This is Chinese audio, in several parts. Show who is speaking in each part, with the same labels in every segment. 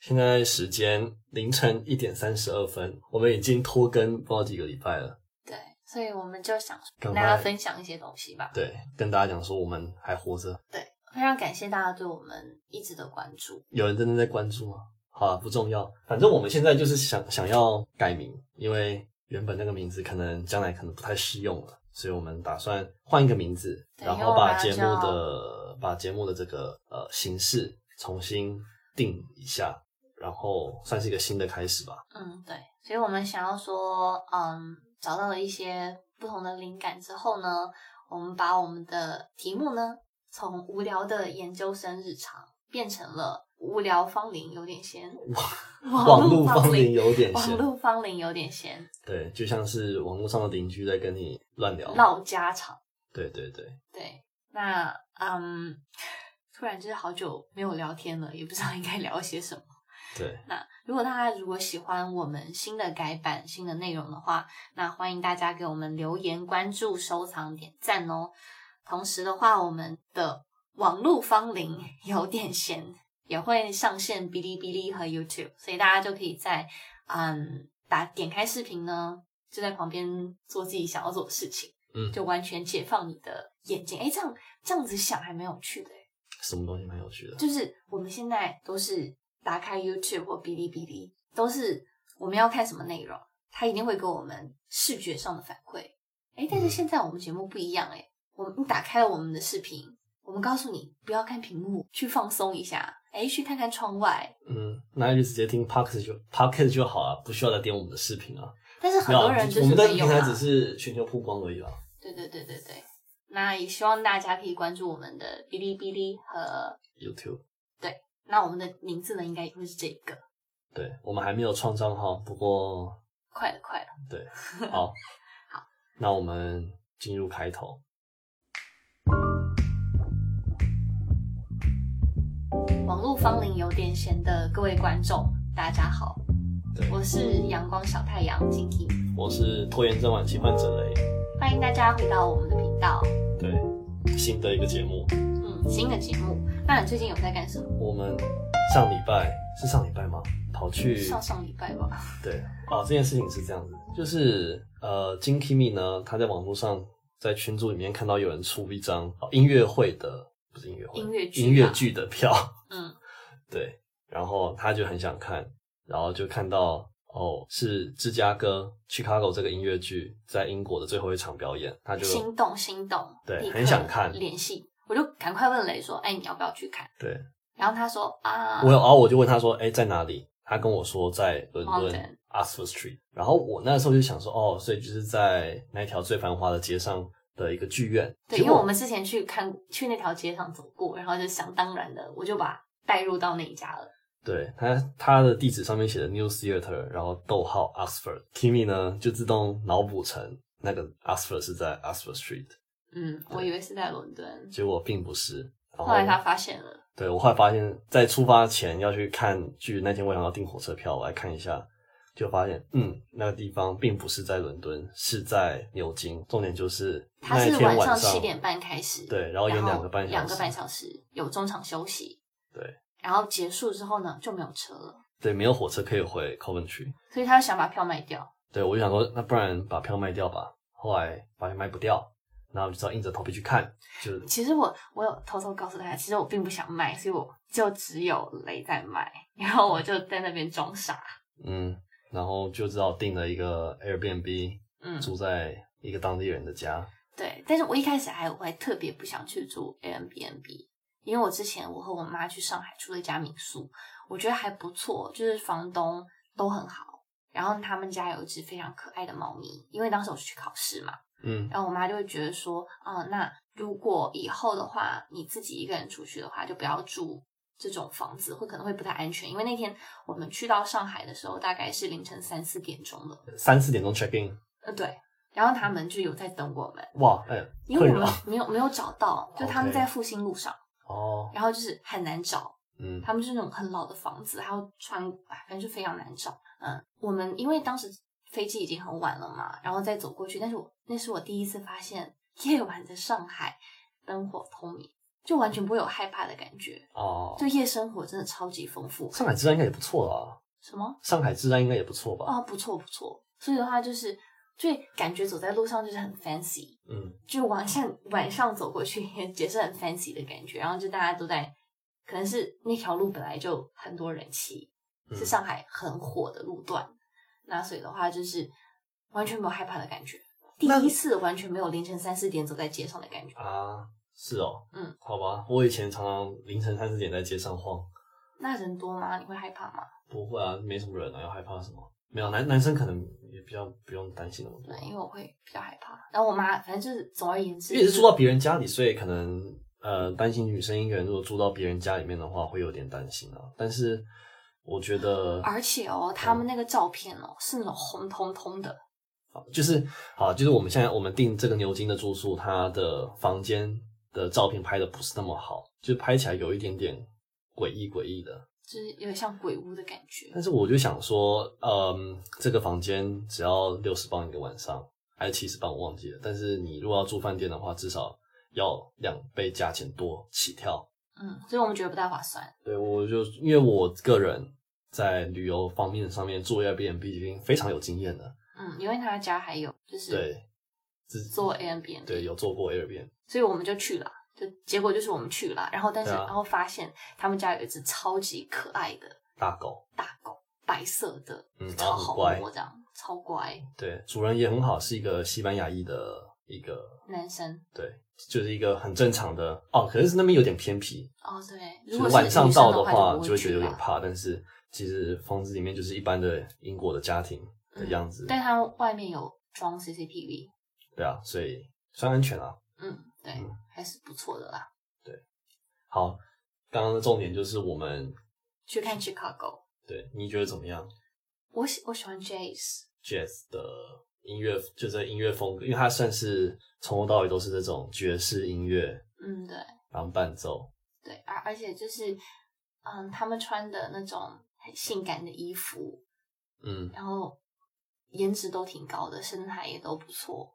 Speaker 1: 现在时间凌晨一点三十二分，我们已经拖更不知道几个礼拜了。
Speaker 2: 对，所以我们就想
Speaker 1: 赶
Speaker 2: 跟
Speaker 1: 快
Speaker 2: 大家分享一些东西吧。
Speaker 1: 对，跟大家讲说我们还活着，
Speaker 2: 非常感谢大家对我们一直的关注。
Speaker 1: 有人真的在关注吗？好啊，不重要，反正我们现在就是想想要改名，因为原本那个名字可能将来可能不太适用了，所以我们打算换一个名字，
Speaker 2: 对
Speaker 1: 然
Speaker 2: 因为
Speaker 1: 后
Speaker 2: 我
Speaker 1: 把
Speaker 2: 们
Speaker 1: 节目
Speaker 2: 要
Speaker 1: 的把节目的这个呃形式重新定一下，然后算是一个新的开始吧。
Speaker 2: 嗯，对，所以我们想要说，嗯，找到了一些不同的灵感之后呢，我们把我们的题目呢，从无聊的研究生日常变成了无聊芳龄有点闲，
Speaker 1: 网络芳
Speaker 2: 芳
Speaker 1: 龄有点
Speaker 2: 网
Speaker 1: 闲，
Speaker 2: 络芳龄有点闲，
Speaker 1: 对，就像是网络上的邻居在跟你乱聊。
Speaker 2: 唠家常。
Speaker 1: 对对对，
Speaker 2: 对，那嗯， 突然就是好久没有聊天了，也不知道应该聊些什么。
Speaker 1: 对，
Speaker 2: 那如果大家如果喜欢我们新的改版、新的内容的话，那欢迎大家给我们留言、关注、收藏、点赞哦。同时的话，我们的网络芳龄 有点闲，也会上线哔哩哔哩和 YouTube，所以大家就可以在嗯打点开视频呢，就在旁边做自己想要做的事情，
Speaker 1: 嗯
Speaker 2: 就完全解放你的眼睛。哎，这样这样子想还蛮有趣的诶
Speaker 1: 什么东西蛮有趣的？
Speaker 2: 就是我们现在都是打开 YouTube 或哔哩哔哩，都是我们要看什么内容，它一定会给我们视觉上的反馈。哎，
Speaker 1: 嗯
Speaker 2: 但是现在我们节目不一样哎，我们你打开了我们的视频，我们告诉你不要看屏幕，去放松一下，哎，去看看窗外。
Speaker 1: 嗯，那就直接听 podcast 就 podcast 就好啊了，不需要再点我们的视频啊。
Speaker 2: 但是很
Speaker 1: 没有
Speaker 2: 多
Speaker 1: 啊
Speaker 2: 人就
Speaker 1: 我
Speaker 2: 是
Speaker 1: 们的
Speaker 2: 没
Speaker 1: 平
Speaker 2: 有
Speaker 1: 台
Speaker 2: 啦
Speaker 1: 只是全球曝光而已啦。
Speaker 2: 对对对对对。那也希望大家可以关注我们的哔哩哔哩和
Speaker 1: YouTube，
Speaker 2: 那我们的名字呢，应该也会是这个。
Speaker 1: 对我们还没有创账号，不 过
Speaker 2: 快了，快了。
Speaker 1: 好，好，那我们进入开头。
Speaker 2: 网络芳龄有点闲的各位观众，大家好，
Speaker 1: 对，
Speaker 2: 我是阳光小太阳晶婷，
Speaker 1: 我是拖延症晚期患者雷，
Speaker 2: 欢迎大家回到我们的频道，
Speaker 1: 对，新的一个节目。
Speaker 2: 嗯，新的节目。那你最近有在干什么？
Speaker 1: 我们上礼拜是上礼拜吗？跑去
Speaker 2: 上上礼拜吧，
Speaker 1: 对哦，这件事情是这样子，就是呃，金 Kimi 呢，他在网络上在群组里面看到有人出一张哦音乐会的，不是音乐会，
Speaker 2: 音乐剧啊
Speaker 1: 音乐剧的票，
Speaker 2: 嗯，
Speaker 1: 对，然后他就很想看，然后就看到哦，是芝加哥 Chicago 这个音乐剧在英国的最后一场表演，他就
Speaker 2: 心动心动，
Speaker 1: 对
Speaker 2: 立刻
Speaker 1: 很想看
Speaker 2: 联系我就赶快问雷说，哎，你要不要去看？
Speaker 1: 对
Speaker 2: 然后他说啊，
Speaker 1: 我有，然后我就问他说，哎，在哪里？他跟我说在伦敦
Speaker 2: London
Speaker 1: Oxford Street，然后我那时候就想说，哦，所以就是在那条最繁华的街上的一个剧院。
Speaker 2: 对，
Speaker 1: 结
Speaker 2: 因为
Speaker 1: 果
Speaker 2: 我们之前去看去那条街上走过，然后就想当然的，我就把带入到那一家了。
Speaker 1: 对他他的地址上面写的 New Theatre，然后逗号 Oxford，Kimi 呢就自动脑补成那个 Oxford 是在 Oxford Street，
Speaker 2: 嗯，我以为是在伦敦，
Speaker 1: 结果并不是。然
Speaker 2: 后来他
Speaker 1: 后
Speaker 2: 发现了，
Speaker 1: 对我后来发现，在出发前要去看剧那天，我想要订火车票，我来看一下，就发现嗯，那个地方并不是在伦敦，是在牛津。重点就是
Speaker 2: 他
Speaker 1: 那
Speaker 2: 是
Speaker 1: 一天
Speaker 2: 上
Speaker 1: 晚
Speaker 2: 七点半开始，
Speaker 1: 对，然后演两个半小时，
Speaker 2: 两个半小时有中场休息，
Speaker 1: 对，
Speaker 2: 然后结束之后呢就没有车了，
Speaker 1: 对，没有火车可以回 Coventry。
Speaker 2: 所以他想把票卖掉，
Speaker 1: 对，我就想说，那不然把票卖掉吧。后来发现卖不掉，然后我就只好硬着头皮去看，就是
Speaker 2: 其实我我有偷偷告诉大家，其实我并不想卖，所以我就只有雷在卖，然后我就在那边装傻，
Speaker 1: 嗯，然后就只好订了一个 Airbnb，
Speaker 2: 嗯，
Speaker 1: 住在一个当地人的家。
Speaker 2: 对，但是我一开始还我还特别不想去住 Airbnb，因为我之前我和我妈去上海住了一家民宿，我觉得还不错，就是房东都很好，然后他们家有一只非常可爱的猫咪，因为当时我去考试嘛，
Speaker 1: 嗯，
Speaker 2: 然后我妈就会觉得说，啊、那如果以后的话，你自己一个人出去的话，就不要住这种房子，会可能会不太安全，因为那天我们去到上海的时候，大概是凌晨三四点钟了，
Speaker 1: 三四点钟 check in，
Speaker 2: 呃，对，然后他们就有在等我们。
Speaker 1: 哇，哎、
Speaker 2: 因
Speaker 1: 困
Speaker 2: 为我们
Speaker 1: 扰
Speaker 2: 没有没有找到，就他们
Speaker 1: OK
Speaker 2: 在复兴路上
Speaker 1: 哦，
Speaker 2: 然后就是很难找，
Speaker 1: 嗯，
Speaker 2: 他们是那种很老的房子，还要穿，哎反正就非常难找。嗯，我们因为当时飞机已经很晚了嘛，然后再走过去，但是我那是我第一次发现夜晚的上海灯火通明，就完全不会有害怕的感觉。
Speaker 1: 哦，
Speaker 2: 对夜生活真的超级丰富。
Speaker 1: 上海治安应该也不错啦，
Speaker 2: 什么？
Speaker 1: 上海治安应该也不错吧？
Speaker 2: 啊、不错不错。所以的话就是，所以感觉走在路上就是很 fancy，
Speaker 1: 嗯，
Speaker 2: 就往像晚上走过去也也是很 fancy 的感觉。然后就大家都在，可能是那条路本来就很多人骑，
Speaker 1: 嗯
Speaker 2: 是上海很火的路段。那所以的话就是完全没有害怕的感觉。第
Speaker 1: 那
Speaker 2: 一次完全没有凌晨三四点走在街上的感觉，
Speaker 1: 啊，是哦，
Speaker 2: 嗯，
Speaker 1: 好吧，我以前常常凌晨三四点在街上晃，
Speaker 2: 那人多吗？你会害怕吗？
Speaker 1: 不会啊，没什么人啊，要害怕什么？没有男男生可能也比较不用担心那么多
Speaker 2: 对，，因为我会比较害怕。然后我妈，反正就是总而言之，
Speaker 1: 因为是住到别人家里，所以可能呃担心女生一个人如果住到别人家里面的话，会有点担心啊。但是我觉得，
Speaker 2: 而且哦，他们那个照片哦，是那种红彤彤的，
Speaker 1: 就是好，就是我们现在我们订这个牛津的住宿，它的房间的照片拍的不是那么好，就拍起来有一点点诡异诡异的。
Speaker 2: 就是有点像鬼屋的感觉。
Speaker 1: 但是我就想说，嗯，这个房间只要六十磅一个晚上，还是七十磅我忘记了。但是你如果要住饭店的话，至少要两倍价钱多起跳。
Speaker 2: 嗯，所以我们觉得不太划算。
Speaker 1: 对，我就因为我个人在旅游方面上面做 Airbnb 已经非常有经验了。
Speaker 2: 嗯，因为他家还有就是
Speaker 1: 对，自
Speaker 2: 做 a m b n
Speaker 1: 对有做过 Airbnb，
Speaker 2: 所以我们就去了。就结果就是我们去了，然后但是、
Speaker 1: 对啊
Speaker 2: 然后发现他们家有一只超级可爱的
Speaker 1: 大狗，
Speaker 2: 大狗，白色的，
Speaker 1: 嗯然后
Speaker 2: 超
Speaker 1: 很
Speaker 2: 好
Speaker 1: 乖
Speaker 2: 摸，这样超乖，
Speaker 1: 对，主人也很好，是一个西班牙裔的一个，
Speaker 2: 男生。
Speaker 1: 对，就是一个很正常的哦，可是那边有点偏僻，
Speaker 2: 哦，对，如
Speaker 1: 就
Speaker 2: 果
Speaker 1: 是
Speaker 2: 是
Speaker 1: 晚上到
Speaker 2: 女生的
Speaker 1: 话，
Speaker 2: 就
Speaker 1: 就会觉得有点
Speaker 2: 怕。
Speaker 1: 怕。但是其实房子里面就是一般的英国的家庭的样子，
Speaker 2: 嗯但它外面有装 CCTV，
Speaker 1: 对啊，所以算安全啊。
Speaker 2: 嗯，对，
Speaker 1: 嗯
Speaker 2: 还是不错的啦。
Speaker 1: 好，刚刚的重点就是我们
Speaker 2: 去看 Chicago，
Speaker 1: 对你觉得怎么样
Speaker 2: 我喜我喜欢 Jazz，
Speaker 1: ？Jazz 的音乐就是音乐风格，因为它算是从头到尾都是这种爵士音乐，
Speaker 2: 嗯，对
Speaker 1: 然后伴奏，
Speaker 2: 对，而而且就是，嗯，他们穿的那种很性感的衣服，
Speaker 1: 嗯，
Speaker 2: 然后颜值都挺高的，身材也都不错，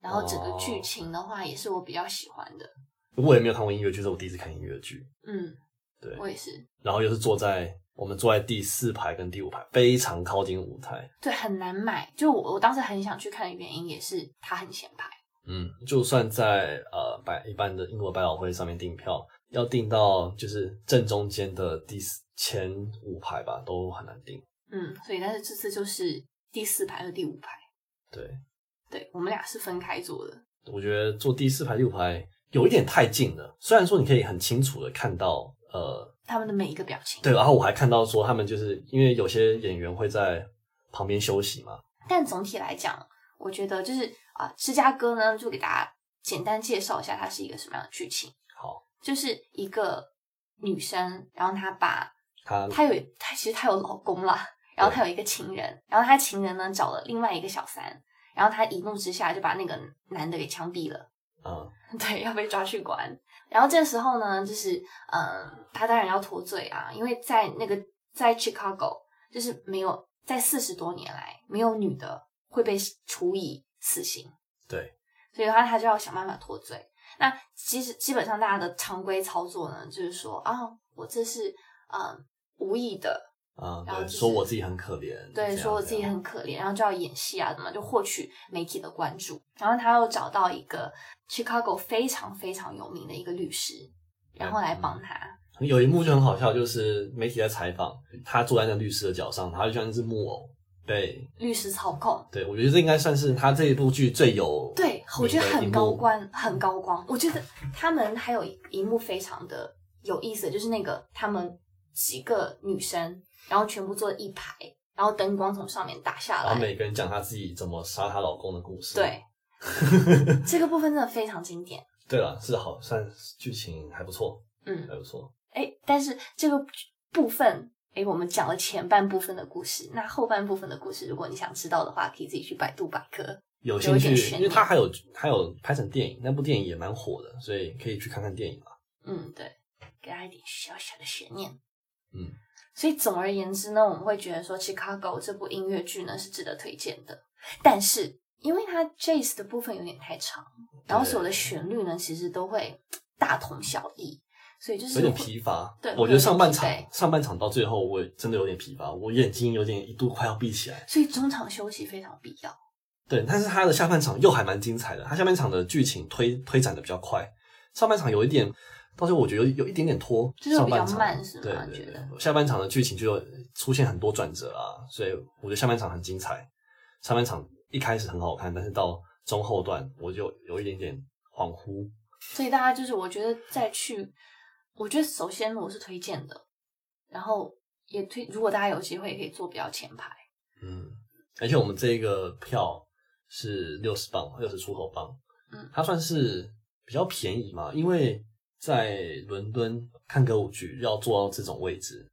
Speaker 2: 然后整个
Speaker 1: 哦
Speaker 2: 剧情的话也是我比较喜欢的，
Speaker 1: 我也没有看过音乐剧，这是我第一次看音乐剧，
Speaker 2: 嗯，
Speaker 1: 对，
Speaker 2: 我也是，
Speaker 1: 然后又是坐在我们坐在第四排跟第五排，非常靠近舞台。
Speaker 2: 对，很难买，就我我当时很想去看的原因也是它很显牌，
Speaker 1: 嗯，就算在呃百一般的英国百老汇上面订票，要订到就是正中间的第四前五排吧，都很难订。
Speaker 2: 嗯，所以但是这次就是第四排和第五排，
Speaker 1: 对，
Speaker 2: 对我们俩是分开坐的，
Speaker 1: 我觉得坐第四排、第五排有一点太近了。虽然说你可以很清楚的看到，呃，
Speaker 2: 他们的每一个表情，
Speaker 1: 对，然后我还看到说他们就是因为有些演员会在旁边休息嘛，
Speaker 2: 但总体来讲，我觉得就是啊、芝加哥呢，就给大家简单介绍一下它是一个什么样的剧情。
Speaker 1: 好，
Speaker 2: 就是一个女生，然后她把
Speaker 1: 他
Speaker 2: 她有她其实她有老公啦，然后她有一个情人，然后她情人呢找了另外一个小三，然后她一怒之下就把那个男的给枪毙了，
Speaker 1: 嗯
Speaker 2: 对，要被抓去关。然后这时候呢，就是嗯、呃她当然要脱罪啊，因为在那个在 Chicago 就是没有在四十多年来没有女的会被处以死刑。
Speaker 1: 对，
Speaker 2: 所以的话，他就要想办法脱罪。那其实基本上大家的常规操作呢，就是说啊，我这是嗯无意的，
Speaker 1: 啊、
Speaker 2: 然后
Speaker 1: 对，
Speaker 2: 就是
Speaker 1: 说我自己很可怜，这
Speaker 2: 对，
Speaker 1: 样
Speaker 2: 说我自己
Speaker 1: 这样
Speaker 2: 很可怜，然后就要演戏啊，怎么就获取媒体的关注。然后他又找到一个 Chicago 非常非常有名的一个律师，然后来
Speaker 1: 嗯
Speaker 2: 帮他。
Speaker 1: 有一幕就很好笑，就是媒体在采访他坐在那律师的脚上，他就像一只木偶被
Speaker 2: 律师操控，
Speaker 1: 对我觉得这应该算是他这一部剧最有
Speaker 2: 对我觉得
Speaker 1: 名的一
Speaker 2: 很
Speaker 1: 幕
Speaker 2: 高光，很高光。我觉得他们还有一幕非常的有意思，就是那个他们几个女生，然后全部坐一排，然后灯光从上面打下
Speaker 1: 然后
Speaker 2: 来，
Speaker 1: 每个人讲他自己怎么杀她老公的故事。
Speaker 2: 对，这个部分真的非常经典。
Speaker 1: 对了，是好，算是剧情还不错，
Speaker 2: 嗯
Speaker 1: 还，不错。
Speaker 2: 哎，但是这个部分，哎，我们讲了前半部分的故事，那后半部分的故事，如果你想知道的话，可以自己去百度百科。
Speaker 1: 有兴
Speaker 2: 有一点
Speaker 1: 趣，
Speaker 2: 悬
Speaker 1: 因为
Speaker 2: 念
Speaker 1: 他还有还有拍成电影，那部电影也蛮火的，所以可以去看看电影啊。
Speaker 2: 嗯，对，给大家一点小小的悬念。
Speaker 1: 嗯，
Speaker 2: 所以总而言之呢，我们会觉得说《Chicago》这部音乐剧呢是值得推荐的，但是因为它 jazz 的部分有点太长，然后所有的旋律呢其实都会大同小异，所以就是
Speaker 1: 有点
Speaker 2: 会
Speaker 1: 疲乏。
Speaker 2: 对
Speaker 1: 我觉得上半
Speaker 2: 会
Speaker 1: 场
Speaker 2: 有点疲
Speaker 1: 上半场到最后，我真的有点疲乏，我眼睛有点一度快要闭起来。
Speaker 2: 所以中场休息非常必要。
Speaker 1: 对，但是他的下半场又还蛮精彩的，他下半场的剧情推推展的比较快，上半场有一点，到最后我觉得有有一点点拖，
Speaker 2: 就是
Speaker 1: 上半
Speaker 2: 比较
Speaker 1: 场
Speaker 2: 慢是吗
Speaker 1: 对
Speaker 2: 觉
Speaker 1: 对
Speaker 2: 得
Speaker 1: 对，下半场的剧情就有出现很多转折啊，所以我觉得下半场很精彩。上半场一开始很好看，但是到中后段我就有一点点恍惚。
Speaker 2: 所以大家就是我觉得再去，我觉得首先我是推荐的，然后也推，如果大家有机会也可以坐比较前排，
Speaker 1: 嗯，而且我们这个票是六十磅，六十出头磅，
Speaker 2: 嗯，
Speaker 1: 它算是比较便宜嘛，因为在伦敦看歌舞剧要坐到这种位置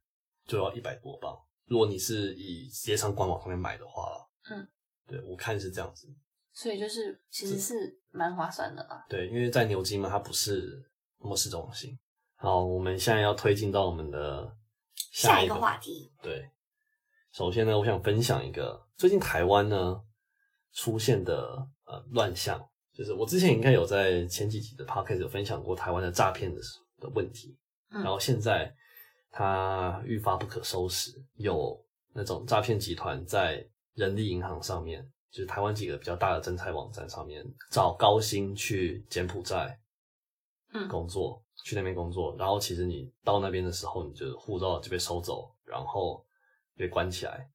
Speaker 1: 就要一百多磅，如果你是以直接上官网上面买的话啦，
Speaker 2: 嗯，
Speaker 1: 对我看是这样子，
Speaker 2: 所以就是其
Speaker 1: 嗯
Speaker 2: 实是蛮划算的啦。
Speaker 1: 对，因为在牛津嘛，它不是那么市中心。好，我们现在要推进到我们的
Speaker 2: 下
Speaker 1: 一
Speaker 2: 一个话题，
Speaker 1: 对，首先呢，我想分享一个最近台湾呢出现的呃乱象，就是我之前应该有在前几集的 podcast 有分享过台湾的诈骗的的问题，
Speaker 2: 嗯
Speaker 1: 然后现在它愈发不可收拾，有那种诈骗集团在人力银行上面，就是台湾几个比较大的征才网站上面找高薪去柬埔寨
Speaker 2: 嗯
Speaker 1: 工作，去那边工作，然后其实你到那边的时候，你就护照就被收走，然后被关起来。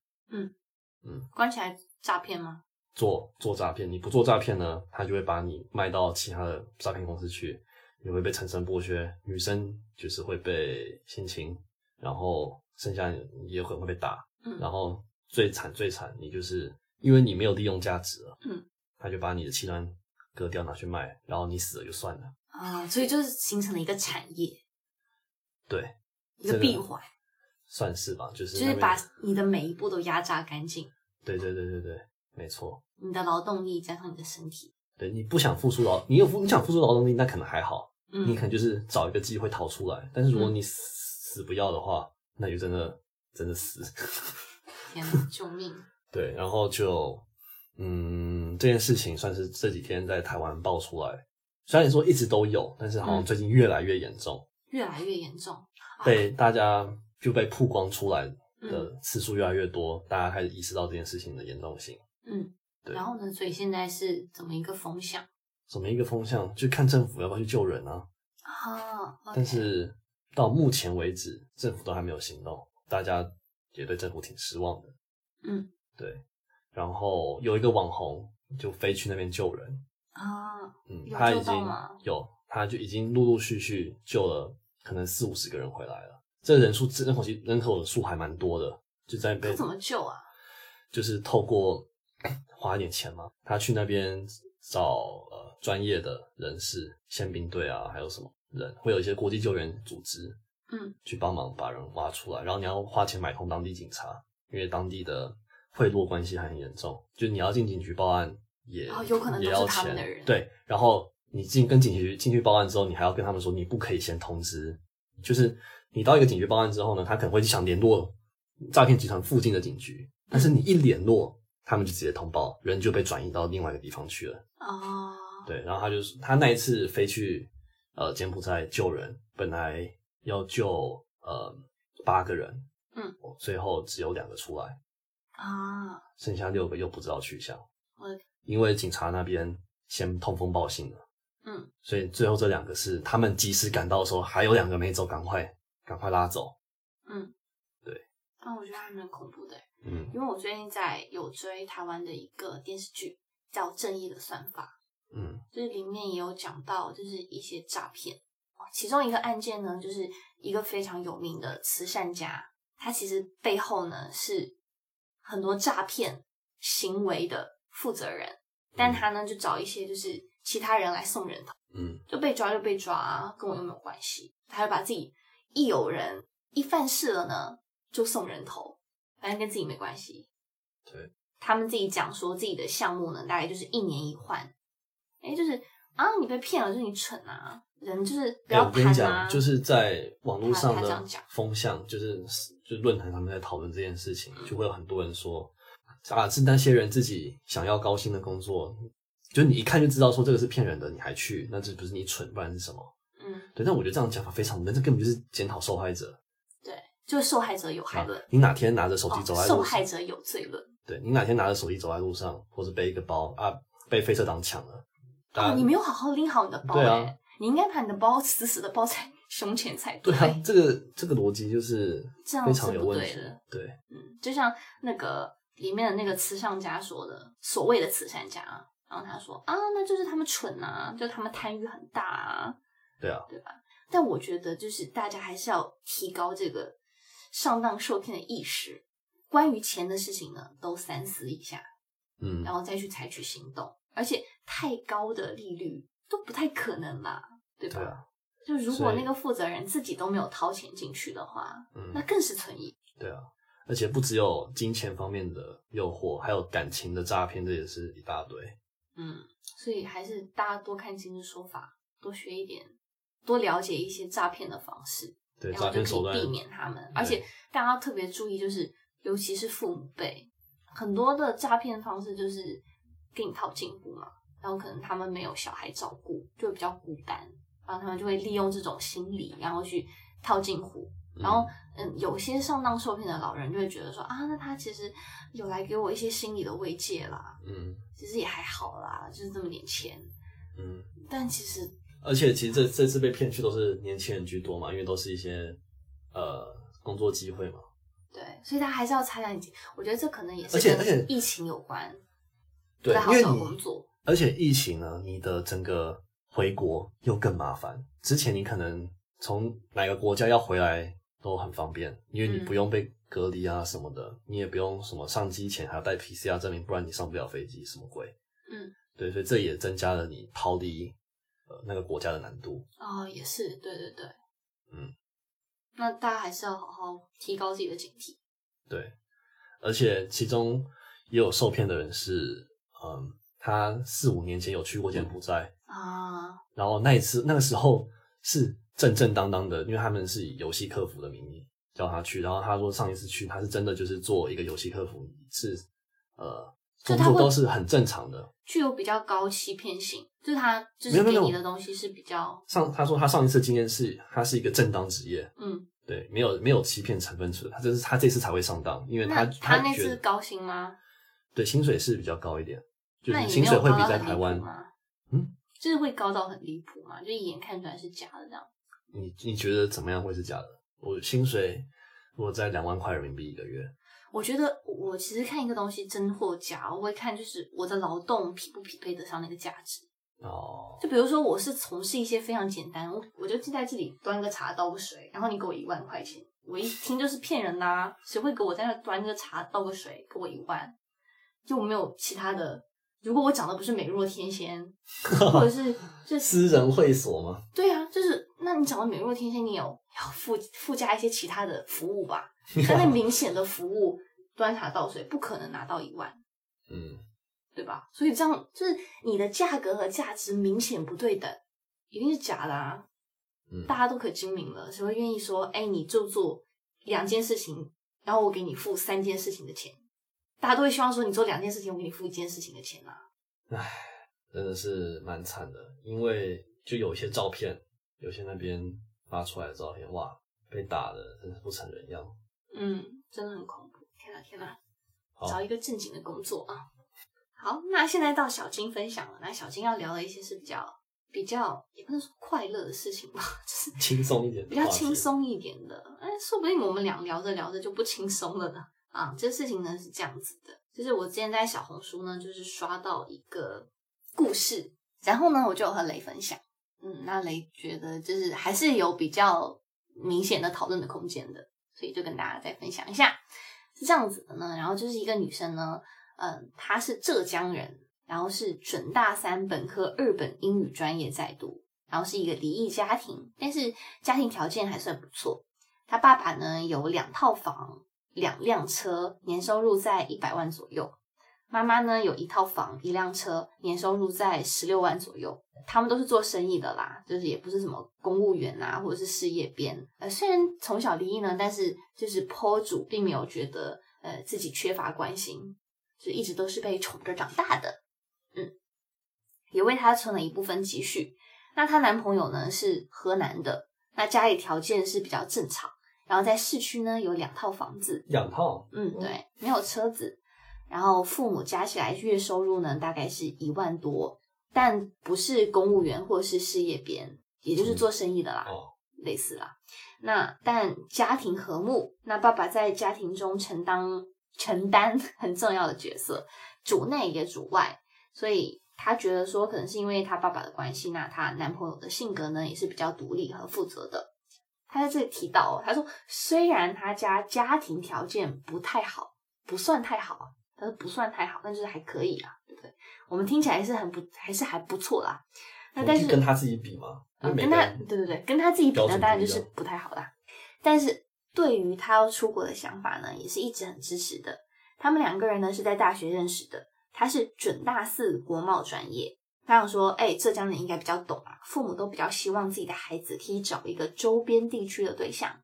Speaker 2: 关起来诈骗吗？
Speaker 1: 做做诈骗，你不做诈骗呢，他就会把你卖到其他的诈骗公司去，你会被层层剥削。女生就是会被性侵，然后剩下你也有可能会被打，
Speaker 2: 嗯
Speaker 1: 然后最惨最惨，你就是因为你没有利用价值了，
Speaker 2: 嗯，
Speaker 1: 他就把你的器官割掉拿去卖，然后你死了就算了。
Speaker 2: 啊、所以就是形成了一个产业，
Speaker 1: 对，
Speaker 2: 一
Speaker 1: 真
Speaker 2: 个
Speaker 1: 的
Speaker 2: 闭环，
Speaker 1: 算是吧，就是
Speaker 2: 就
Speaker 1: 那
Speaker 2: 是
Speaker 1: 边
Speaker 2: 把你的每一步都压榨干净，
Speaker 1: 对对对对对，没错。
Speaker 2: 你的劳动力加上你的身体，
Speaker 1: 对你不想付出劳，你有付你想付出劳动力，那可能还好，
Speaker 2: 嗯，
Speaker 1: 你可能就是找一个机会逃出来。但是如果你死死不要的话，那就真的真的死。
Speaker 2: 天哪，救命！
Speaker 1: 对，然后就嗯，这件事情算是这几天在台湾爆出来，虽然说一直都有，但是好像
Speaker 2: 嗯
Speaker 1: 最近越来越严重，
Speaker 2: 越来越严重，啊
Speaker 1: 被大家就被曝光出来的
Speaker 2: 嗯
Speaker 1: 次数越来越多，大家开始意识到这件事情的严重性。
Speaker 2: 嗯，
Speaker 1: 对
Speaker 2: 然后呢？所以现在是怎么一个风向
Speaker 1: 什么一个风向，就看政府要不要去救人啊。
Speaker 2: 啊？
Speaker 1: 但是到目前为止，政府都还没有行动，大家也对政府挺失望的。
Speaker 2: 嗯，
Speaker 1: 对。然后有一个网红就飞去那边救人，
Speaker 2: 啊，
Speaker 1: 嗯，
Speaker 2: 有
Speaker 1: 他
Speaker 2: 救
Speaker 1: 已
Speaker 2: 到
Speaker 1: 经
Speaker 2: 吗
Speaker 1: 有，他就已经陆陆续续救了可能四五十个人回来了。这人数人口人口的数还蛮多的，就在被
Speaker 2: 他怎么救啊？
Speaker 1: 就是透过 花一点钱嘛，他去那边找呃专业的人士，宪兵队啊，还有什么人，会有一些国际救援组织，
Speaker 2: 嗯，
Speaker 1: 去帮忙把人挖出来，然后你要花钱买通当地警察，因为当地的贿赂关系还很严重，就你要进警局报案也、
Speaker 2: 哦有可能都
Speaker 1: 也
Speaker 2: 是
Speaker 1: 要
Speaker 2: 他们
Speaker 1: 钱
Speaker 2: 的人
Speaker 1: 对，然后你进跟警局进去报案之后，你还要跟他们说你不可以先通知，就是你到一个警局报案之后呢，他可能会想联络诈骗集团附近的警局，但是你一联络，他们就直接通报，人就被转移到另外一个地方去了。
Speaker 2: 哦，
Speaker 1: 对，然后他就是他那一次飞去呃柬埔寨救人，本来要救呃八个人，哦
Speaker 2: 嗯，
Speaker 1: 最后只有两个出来，
Speaker 2: 啊，
Speaker 1: 剩下六个又不知道去向
Speaker 2: 我的，
Speaker 1: 因为警察那边先通风报信了，
Speaker 2: 嗯，
Speaker 1: 所以最后这两个是他们及时赶到的时候，还有两个没走，赶快赶快拉走，
Speaker 2: 嗯，
Speaker 1: 对。
Speaker 2: 但我觉得还蛮恐怖的，
Speaker 1: 嗯
Speaker 2: 因为我最近在有追台湾的一个电视剧，叫《正义的算法
Speaker 1: 嗯》，
Speaker 2: 就是里面也有讲到，就是一些诈骗。哦其中一个案件呢，就是一个非常有名的慈善家，他其实背后呢是很多诈骗行为的负责人，但他呢就找一些就是其他人来送人头。
Speaker 1: 嗯
Speaker 2: 就被抓就被抓、啊，跟我又没有关系。他会把自己一有人一犯事了呢，就送人头，反正跟自己没关系。
Speaker 1: 对，
Speaker 2: 他们自己讲说自己的项目呢，大概就是一年一换。哎，就是啊，你被骗了，就是你蠢啊，人就是不
Speaker 1: 哎
Speaker 2: 要
Speaker 1: 我跟你
Speaker 2: 贪
Speaker 1: 讲，
Speaker 2: 啊。
Speaker 1: 就是在网络上
Speaker 2: 他他这
Speaker 1: 的
Speaker 2: 样讲
Speaker 1: 风向，就是就论坛上面在讨论这件事情，
Speaker 2: 嗯
Speaker 1: 就会有很多人说啊，是那些人自己想要高薪的工作，就你一看就知道说这个是骗人的，你还去，那这不是你蠢，不然是什么？
Speaker 2: 嗯，
Speaker 1: 对，但我觉得这样讲法非常无能，这根本就是检讨受害者。
Speaker 2: 就是受害者有害论，
Speaker 1: 你哪天拿啊着手
Speaker 2: 哦
Speaker 1: 机走在
Speaker 2: 受
Speaker 1: 路上，
Speaker 2: 害者有罪论。
Speaker 1: 对你哪天拿着手机走在路上，或是背一个包啊，被飞车党抢了，大
Speaker 2: 哦，
Speaker 1: 家
Speaker 2: 你没有好好拎好你的包、
Speaker 1: 对啊
Speaker 2: 哎你应该把你的包死死的包在胸前才
Speaker 1: 对啊，这个这个逻辑就是
Speaker 2: 这样
Speaker 1: 非
Speaker 2: 是
Speaker 1: 常有
Speaker 2: 不
Speaker 1: 问
Speaker 2: 对
Speaker 1: 题
Speaker 2: 的。
Speaker 1: 对，
Speaker 2: 嗯，就像那个里面的那个慈善家说的，所谓的慈善家，然后他说啊，那就是他们蠢啊，就是他们贪欲很大啊，
Speaker 1: 对啊，
Speaker 2: 对吧？但我觉得就是大家还是要提高这个上当受骗的意识，关于钱的事情呢，都三思一下，
Speaker 1: 嗯
Speaker 2: 然，后再去采取行动。而且太高的利率都不太可能啦，对吧？
Speaker 1: 对啊，
Speaker 2: 就如果
Speaker 1: 所以
Speaker 2: 那个负责人自己都没有掏钱进去的话，那
Speaker 1: 嗯，
Speaker 2: 更是存疑。
Speaker 1: 对啊，而且不只有金钱方面的诱惑，还有感情的诈骗，这也是一大堆。
Speaker 2: 嗯，所以还是大家多看今日说法，多学一点，多了解一些诈骗的方式，
Speaker 1: 对，
Speaker 2: 然
Speaker 1: 诈
Speaker 2: 后就
Speaker 1: 骗手
Speaker 2: 可
Speaker 1: 段
Speaker 2: 以避免他们。而且大家特别注意，就是尤其是父母辈，很多的诈骗方式就是跟你套近乎嘛，然后可能他们没有小孩照顾，就会比较孤单，然后他们就会利用这种心理，然后去套近乎，然后，嗯，有些上当受骗的老人就会觉得说啊，那他其实有来给我一些心理的慰藉啦，
Speaker 1: 嗯
Speaker 2: 其实也还好啦，就是这么点钱。
Speaker 1: 嗯嗯，
Speaker 2: 但其实，
Speaker 1: 而且其实这这次被骗去都是年轻人居多嘛，因为都是一些呃工作机会嘛。
Speaker 2: 对，所以他还是要擦亮眼睛。我觉得这可能也是
Speaker 1: 而且而且
Speaker 2: 跟疫情有关，
Speaker 1: 对
Speaker 2: 不太，好
Speaker 1: 因为
Speaker 2: 找工
Speaker 1: 你
Speaker 2: 作。
Speaker 1: 而且疫情呢，你的整个回国又更麻烦。之前你可能从哪个国家要回来都很方便，因为你
Speaker 2: 嗯
Speaker 1: 不用被隔离啊什么的，你也不用什么上机前还要带 PCR 证明，不然你上不了飞机，什么鬼？
Speaker 2: 嗯，
Speaker 1: 对，所以这也增加了你逃离呃那个国家的难度。
Speaker 2: 哦，也是，对对对，
Speaker 1: 嗯，
Speaker 2: 那大家还是要好好提高自己的警惕。
Speaker 1: 对，而且其中也有受骗的人是，嗯，他四五年前有去过柬埔寨，
Speaker 2: 啊，
Speaker 1: 然后那一次那个时候是正正当当的，因为他们是以游戏客服的名义叫他去，然后他说上一次去他是真的就是做一个游戏客服，是呃
Speaker 2: 就
Speaker 1: 工
Speaker 2: 他会
Speaker 1: 作都是很正常的。
Speaker 2: 具有比较高欺骗性，就是他就
Speaker 1: 没
Speaker 2: 是
Speaker 1: 有没
Speaker 2: 给
Speaker 1: 有
Speaker 2: 你
Speaker 1: 没有
Speaker 2: 的东西是比较，
Speaker 1: 上他说他上一次经验是他是一个正当职业，
Speaker 2: 嗯，
Speaker 1: 对，没有没有欺骗成分存，他这是他这次才会上当，因为
Speaker 2: 那
Speaker 1: 他
Speaker 2: 他那
Speaker 1: 觉
Speaker 2: 次
Speaker 1: 得
Speaker 2: 高薪吗？
Speaker 1: 对薪水是比较高一点，就
Speaker 2: 那
Speaker 1: 是
Speaker 2: 也
Speaker 1: 薪
Speaker 2: 没
Speaker 1: 水
Speaker 2: 有
Speaker 1: 会
Speaker 2: 高
Speaker 1: 比
Speaker 2: 到
Speaker 1: 在
Speaker 2: 很离
Speaker 1: 台
Speaker 2: 谱
Speaker 1: 湾，
Speaker 2: 吗？
Speaker 1: 嗯，
Speaker 2: 就是会高到很离谱嘛，就一眼看出来是假的这样。
Speaker 1: 你你觉得怎么样会是假的？我薪水如果在两万块人民币一个月，
Speaker 2: 我觉得我我其实看一个东西真或假，我会看就是我的劳动匹不匹配得上那个价值。
Speaker 1: 哦，
Speaker 2: 就比如说我是从事一些非常简单，我我就在这里端个茶倒个水，然后你给我一万块钱，我一听就是骗人的啊！谁会给我在那端个茶倒个水给我一万？就没有其他的。如果我长得不是美若天仙， 或 者是就是
Speaker 1: 私人会所吗？
Speaker 2: 对啊，就是那你讲到美若天仙，你有要附附加一些其他的服务吧？但那明显的服务端茶倒水不可能拿到一万，
Speaker 1: 嗯，
Speaker 2: 对吧？所以这样就是你的价格和价值明显不对等，一定是假的啊！
Speaker 1: 嗯
Speaker 2: 大家都可精明了，谁会愿意说，哎，你就做两件事情，然后我给你付三件事情的钱？大家都会希望说，你做两件事情，我给你付一件事情的钱啊。
Speaker 1: 真的是蛮惨的，因为就有一些照片，有些那边发出来的照片，哇，被打的真是不成人样。
Speaker 2: 嗯，真的很恐怖。天啊天啊！
Speaker 1: 好，
Speaker 2: 找一个正经的工作啊。好，那现在到小金分享了。那小金要聊的一些是比较比较，也不能说快乐的事情吧， 就是
Speaker 1: 轻松一点，
Speaker 2: 比较轻。松一点的。哎，说不定我们俩聊着聊着就不轻松了呢。啊，这事情呢是这样子的，就是我之前在小红书呢，就是刷到一个故事，然后呢我就有和雷分享。嗯，那雷觉得就是还是有比较明显的讨论的空间的，所以就跟大家再分享一下，是这样子的呢。然后就是一个女生呢，嗯，她是浙江人，然后是准大三本科二本英语专业在读，然后是一个离异家庭，但是家庭条件还算不错。她爸爸呢有两套房、两辆车，年收入在一百万左右。妈妈呢有一套房、一辆车，年收入在十六万左右。他们都是做生意的啦，就是也不是什么公务员啊，或者是事业编。呃，虽然从小离异呢，但是就是坡主并没有觉得呃自己缺乏关心，就一直都是被宠着长大的。嗯，也为他存了一部分积蓄。那她男朋友呢是河南的，那家里条件是比较正常，然后在市区呢有两套房子，
Speaker 1: 两套，
Speaker 2: 嗯，对，没有车子，然后父母加起来月收入呢大概是一万多，但不是公务员或是事业编，也就是做生意的啦，
Speaker 1: 嗯哦
Speaker 2: 类似啦。那但家庭和睦，那爸爸在家庭中承担承担 很重要的角色，主内也主外，所以她觉得说，可能是因为她爸爸的关系，那她男朋友的性格呢也是比较独立和负责的。她在这里提到、哦，她说虽然她家家庭条件不太好，不算太好啊，她说不算太好，但就是还可以啊，对不对？我们听起来是很不，还是还不错啦。那但是
Speaker 1: 你跟他自己比嘛，因为
Speaker 2: 嗯，
Speaker 1: 每
Speaker 2: 跟
Speaker 1: 个
Speaker 2: 他
Speaker 1: 人
Speaker 2: 对对对，跟他自己比
Speaker 1: 标
Speaker 2: 呢，
Speaker 1: 准
Speaker 2: 当然
Speaker 1: 不
Speaker 2: 就
Speaker 1: 一
Speaker 2: 是
Speaker 1: 样
Speaker 2: 不太好啦。但是对于他要出国的想法呢，也是一直很支持的。他们两个人呢是在大学认识的，他是准大四国贸专业。他想说，哎、浙江人应该比较懂啊，父母都比较希望自己的孩子可以找一个周边地区的对象，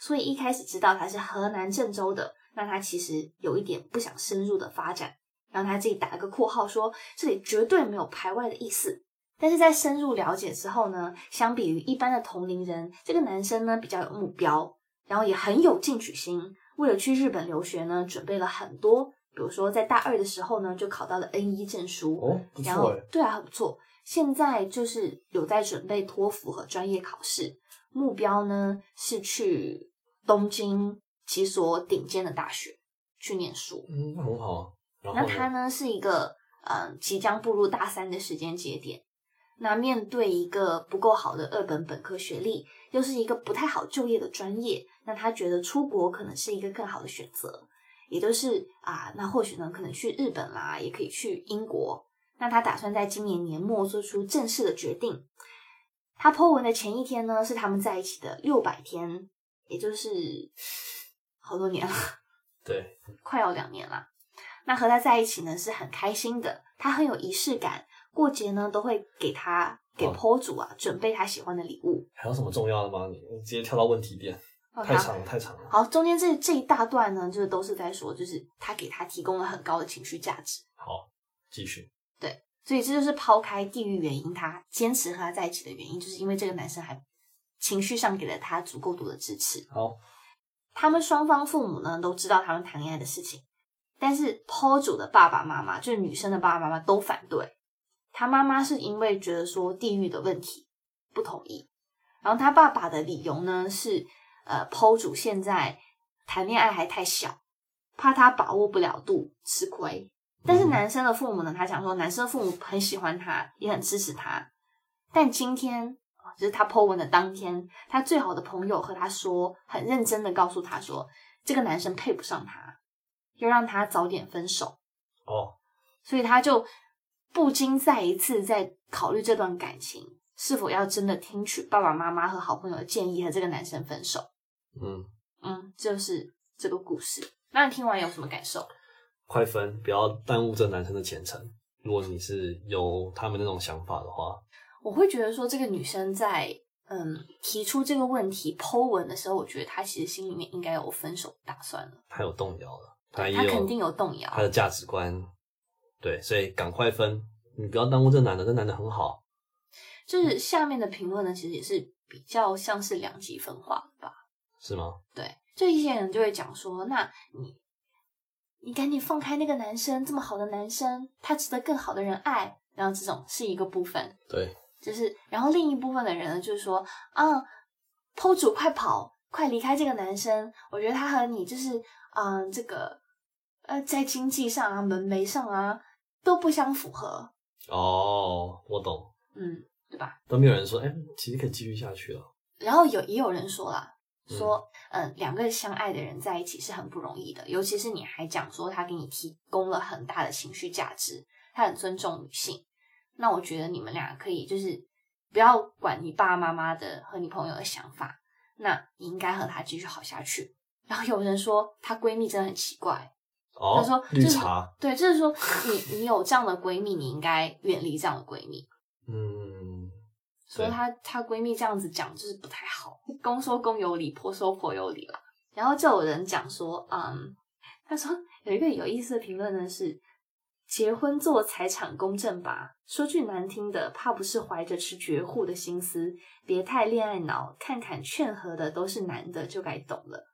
Speaker 2: 所以一开始知道他是河南郑州的，那他其实有一点不想深入的发展，然后他自己打了个括号说，这里绝对没有排外的意思。但是在深入了解之后呢，相比于一般的同龄人，这个男生呢比较有目标，然后也很有进取心。为了去日本留学呢，准备了很多，比如说在大二的时候呢，就考到了 N 一证书，
Speaker 1: 哦不
Speaker 2: 然后
Speaker 1: 错哎，
Speaker 2: 对啊，很不错。现在就是有在准备托福和专业考试，目标呢是去东京几所顶尖的大学去念书。
Speaker 1: 嗯，那很好啊。然
Speaker 2: 那
Speaker 1: 后
Speaker 2: 他
Speaker 1: 呢？
Speaker 2: 呢是一个嗯、呃即将步入大三的时间节点，那面对一个不够好的二本本科学历，又是一个不太好就业的专业，那他觉得出国可能是一个更好的选择，也就是啊，那或许呢可能去日本啦，也可以去英国。那他打算在今年年末做出正式的决定。他 po 文的前一天呢，是他们在一起的六百天，也就是 好多年了。
Speaker 1: 对，
Speaker 2: 快要两年啦。那和他在一起呢是很开心的，他很有仪式感，过节呢都会给他给
Speaker 1: 哦
Speaker 2: PO 主啊准备他喜欢的礼物。
Speaker 1: 还有什么重要的吗？你你直接跳到问题点，
Speaker 2: 哦
Speaker 1: 太
Speaker 2: 好
Speaker 1: 长了，太长了。
Speaker 2: 好，中间这这一大段呢，就是都是在说，就是他给他提供了很高的情绪价值，
Speaker 1: 好，继续。
Speaker 2: 所以这就是抛开地域原因，他坚持和他在一起的原因，就是因为这个男生还情绪上给了他足够多的支持。
Speaker 1: 好，
Speaker 2: 他们双方父母呢都知道他们谈恋爱的事情，但是 PO 主的爸爸妈妈，就是女生的爸爸妈妈都反对。他妈妈是因为觉得说地域的问题不同意，然后他爸爸的理由呢是，呃，PO 主现在谈恋爱还太小，怕他把握不了度吃亏。但
Speaker 1: 嗯
Speaker 2: 是男生的父母呢，他讲说男生的父母很喜欢他，也很支持他，但今天啊就是他 Po 文的当天，他最好的朋友和他说，很认真的告诉他说，这个男生配不上他，要让他早点分手，
Speaker 1: 哦，
Speaker 2: 所以他就不禁再一次在考虑这段感情是否要真的听取爸爸妈妈和好朋友的建议和这个男生分手。
Speaker 1: 嗯，
Speaker 2: 嗯，就是这个故事。那你听完有什么感受？
Speaker 1: 快分，不要耽误这男生的前程。如果你是有他们那种想法的话，
Speaker 2: 我会觉得说，这个女生在嗯提出这个问题 Po 文的时候，我觉得她其实心里面应该有分手打算了，
Speaker 1: 他有动摇了，他
Speaker 2: 对
Speaker 1: 也
Speaker 2: 她
Speaker 1: 有
Speaker 2: 肯定有动摇
Speaker 1: 他。的价值观，对，所以赶快分，你不要耽误这男的，这男的很好。
Speaker 2: 就是下面的评论呢，其实也是比较像是两极分化吧。
Speaker 1: 是吗？
Speaker 2: 对，就一些人就会讲说，那你你赶紧放开那个男生，这么好的男生，他值得更好的人爱。然后这种是一个部分，
Speaker 1: 对，
Speaker 2: 就是，然后另一部分的人呢，就是说，啊，偷主快跑，快离开这个男生！我觉得他和你就是，嗯、这个，呃，在经济上啊、门楣上啊都不相符合，
Speaker 1: 哦，我懂，
Speaker 2: 嗯，对吧？
Speaker 1: 都没有人说，哎、其实可以继续下去了。
Speaker 2: 然后有也有人说啦，说，嗯、两个相爱的人在一起是很不容易的，尤其是你还讲说他给你提供了很大的情绪价值，他很尊重女性。那我觉得你们俩可以就是不要管你爸爸妈妈的和你朋友的想法，那你应该和他继续好下去。然后有人说她闺蜜真的很奇怪，
Speaker 1: 哦，
Speaker 2: 他说
Speaker 1: 绿
Speaker 2: 就是
Speaker 1: 茶，
Speaker 2: 对，就是说你你有这样的闺蜜，你应该远离这样的闺蜜。
Speaker 1: 嗯，
Speaker 2: 说
Speaker 1: 对
Speaker 2: 她她闺蜜这样子讲就是不太好，公说公有理，婆说婆有理啦。然后就有人讲说，嗯，他说有一个有意思的评论呢是，结婚做财产公证吧，说句难听的，怕不是怀着吃绝户的心思，别太恋爱脑，看看劝和的都是男的就该懂了，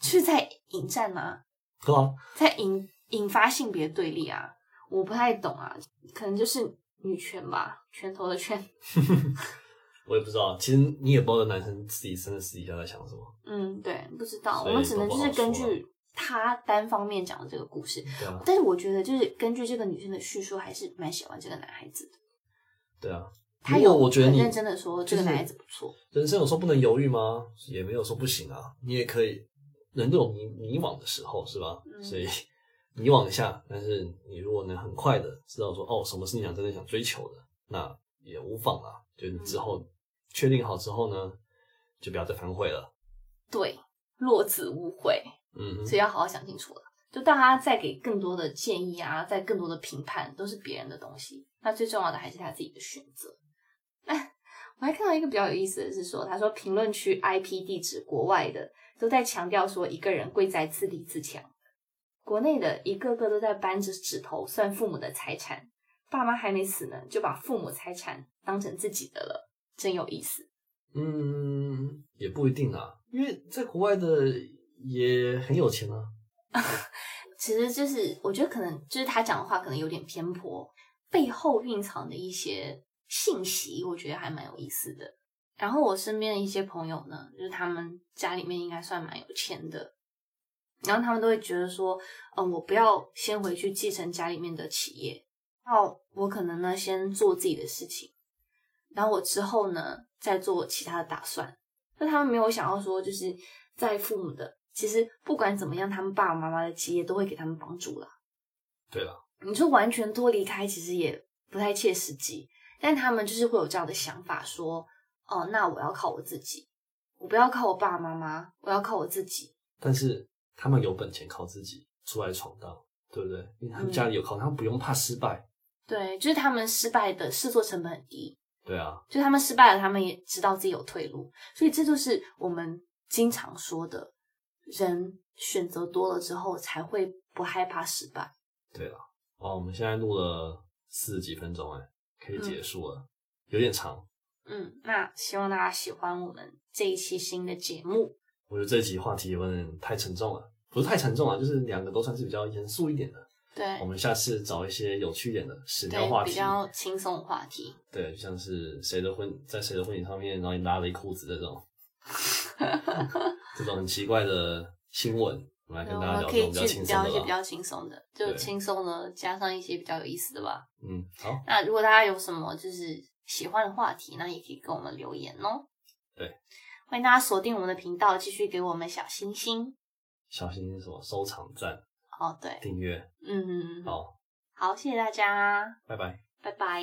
Speaker 2: 是在引战吗？
Speaker 1: 对啊，
Speaker 2: 在引引发性别对立啊，我不太懂啊，可能就是女权吧，拳头的拳，
Speaker 1: 我也不知道，其实你也不知道男生自己真的私底下在想什么，
Speaker 2: 嗯，对，不知道，
Speaker 1: 所
Speaker 2: 我
Speaker 1: 以
Speaker 2: 们只能就是根
Speaker 1: 都不好
Speaker 2: 据他单方面讲的这个故事，
Speaker 1: 对啊，
Speaker 2: 但是我觉得就是根据这个女生的叙述，还是蛮喜欢这个男孩子的。
Speaker 1: 对啊。
Speaker 2: 他
Speaker 1: 如
Speaker 2: 有
Speaker 1: 果我觉得
Speaker 2: 很
Speaker 1: 你
Speaker 2: 认真的说，这
Speaker 1: 就是
Speaker 2: 个男孩子不错。
Speaker 1: 人生有时候不能犹豫吗？也没有说不行啊，你也可以。人都有迷迷惘的时候，是吧？
Speaker 2: 嗯
Speaker 1: 所以 迷惘一下，但是你如果能很快的知道说，哦，什么是你想真的想追求的，那也无妨啦。就你
Speaker 2: 嗯
Speaker 1: 之后确定好之后呢，就不要再反悔了。
Speaker 2: 对，落子无悔，
Speaker 1: 嗯哼，
Speaker 2: 所以要好好想清楚了。就大家再给更多的建议啊，再更多的评判，都是别人的东西。那最重要的还是他自己的选择。哎我还看到一个比较有意思的是说，他说评论区 IP 地址国外的都在强调说一个人贵在自立自强，国内的一个个都在扳着指头算父母的财产，爸妈还没死呢，就把父母财产当成自己的了，真有意思。
Speaker 1: 嗯，也不一定啊，因为在国外的也很有钱啊。
Speaker 2: 其实就是我觉得可能就是他讲的话可能有点偏颇，背后蕴藏的一些信息，我觉得还蛮有意思的。然后我身边的一些朋友呢，就是他们家里面应该算蛮有钱的，然后他们都会觉得说，嗯、我不要先回去继承家里面的企业，那我可能呢先做自己的事情，然后我之后呢再做其他的打算。那他们没有想要说，就是在父母的，其实不管怎么样，他们爸爸妈妈的企业都会给他们帮助啦。
Speaker 1: 对了，
Speaker 2: 你说完全脱离开，其实也不太切实际，但他们就是会有这样的想法，说，哦、那我要靠我自己，我不要靠我爸爸妈妈，我要靠我自己。
Speaker 1: 但是他们有本钱靠自己出来闯荡，对不对？因为他们家
Speaker 2: 嗯
Speaker 1: 里有靠，他们不用怕失败。
Speaker 2: 对，就是他们失败的试错成本很低，
Speaker 1: 对啊，
Speaker 2: 就他们失败了，他们也知道自己有退路，所以这就是我们经常说的，人选择多了之后才会不害怕失败。
Speaker 1: 对了，哦，我们现在录了四十几分钟，哎，可以结束了，有点长。
Speaker 2: 嗯，那希望大家喜欢我们这一期新的节目。
Speaker 1: 我觉得这一集话题有点太沉重了，不是太沉重啊，就是两个都算是比较严肃一点的。
Speaker 2: 对
Speaker 1: 我们下次找一些有趣一点的屎尿
Speaker 2: 对，
Speaker 1: 话
Speaker 2: 比
Speaker 1: 题，
Speaker 2: 较轻松的话题。
Speaker 1: 对，就像是谁的婚在谁的婚礼上面，然后你拉了一裤子这种， 这种很奇怪的新闻，我们来跟
Speaker 2: 对嗯我
Speaker 1: 大家
Speaker 2: 们
Speaker 1: 聊这
Speaker 2: 可
Speaker 1: 种
Speaker 2: 以
Speaker 1: 比较
Speaker 2: 去
Speaker 1: 轻松
Speaker 2: 聊一些
Speaker 1: 的
Speaker 2: 比
Speaker 1: 吧。
Speaker 2: 较轻松的，就
Speaker 1: 对
Speaker 2: 轻松的加上一些比较有意思的吧。
Speaker 1: 嗯，好，
Speaker 2: 那如果大家有什么就是喜欢的话题，那也可以跟我们留言哦。
Speaker 1: 对，
Speaker 2: 欢迎大家锁定我们的频道，继续给我们小星星。
Speaker 1: 小心什么收藏、赞、
Speaker 2: 哦，对，
Speaker 1: 订阅，
Speaker 2: 嗯，
Speaker 1: 好，
Speaker 2: 好，谢谢大家，
Speaker 1: 拜拜。
Speaker 2: 拜拜。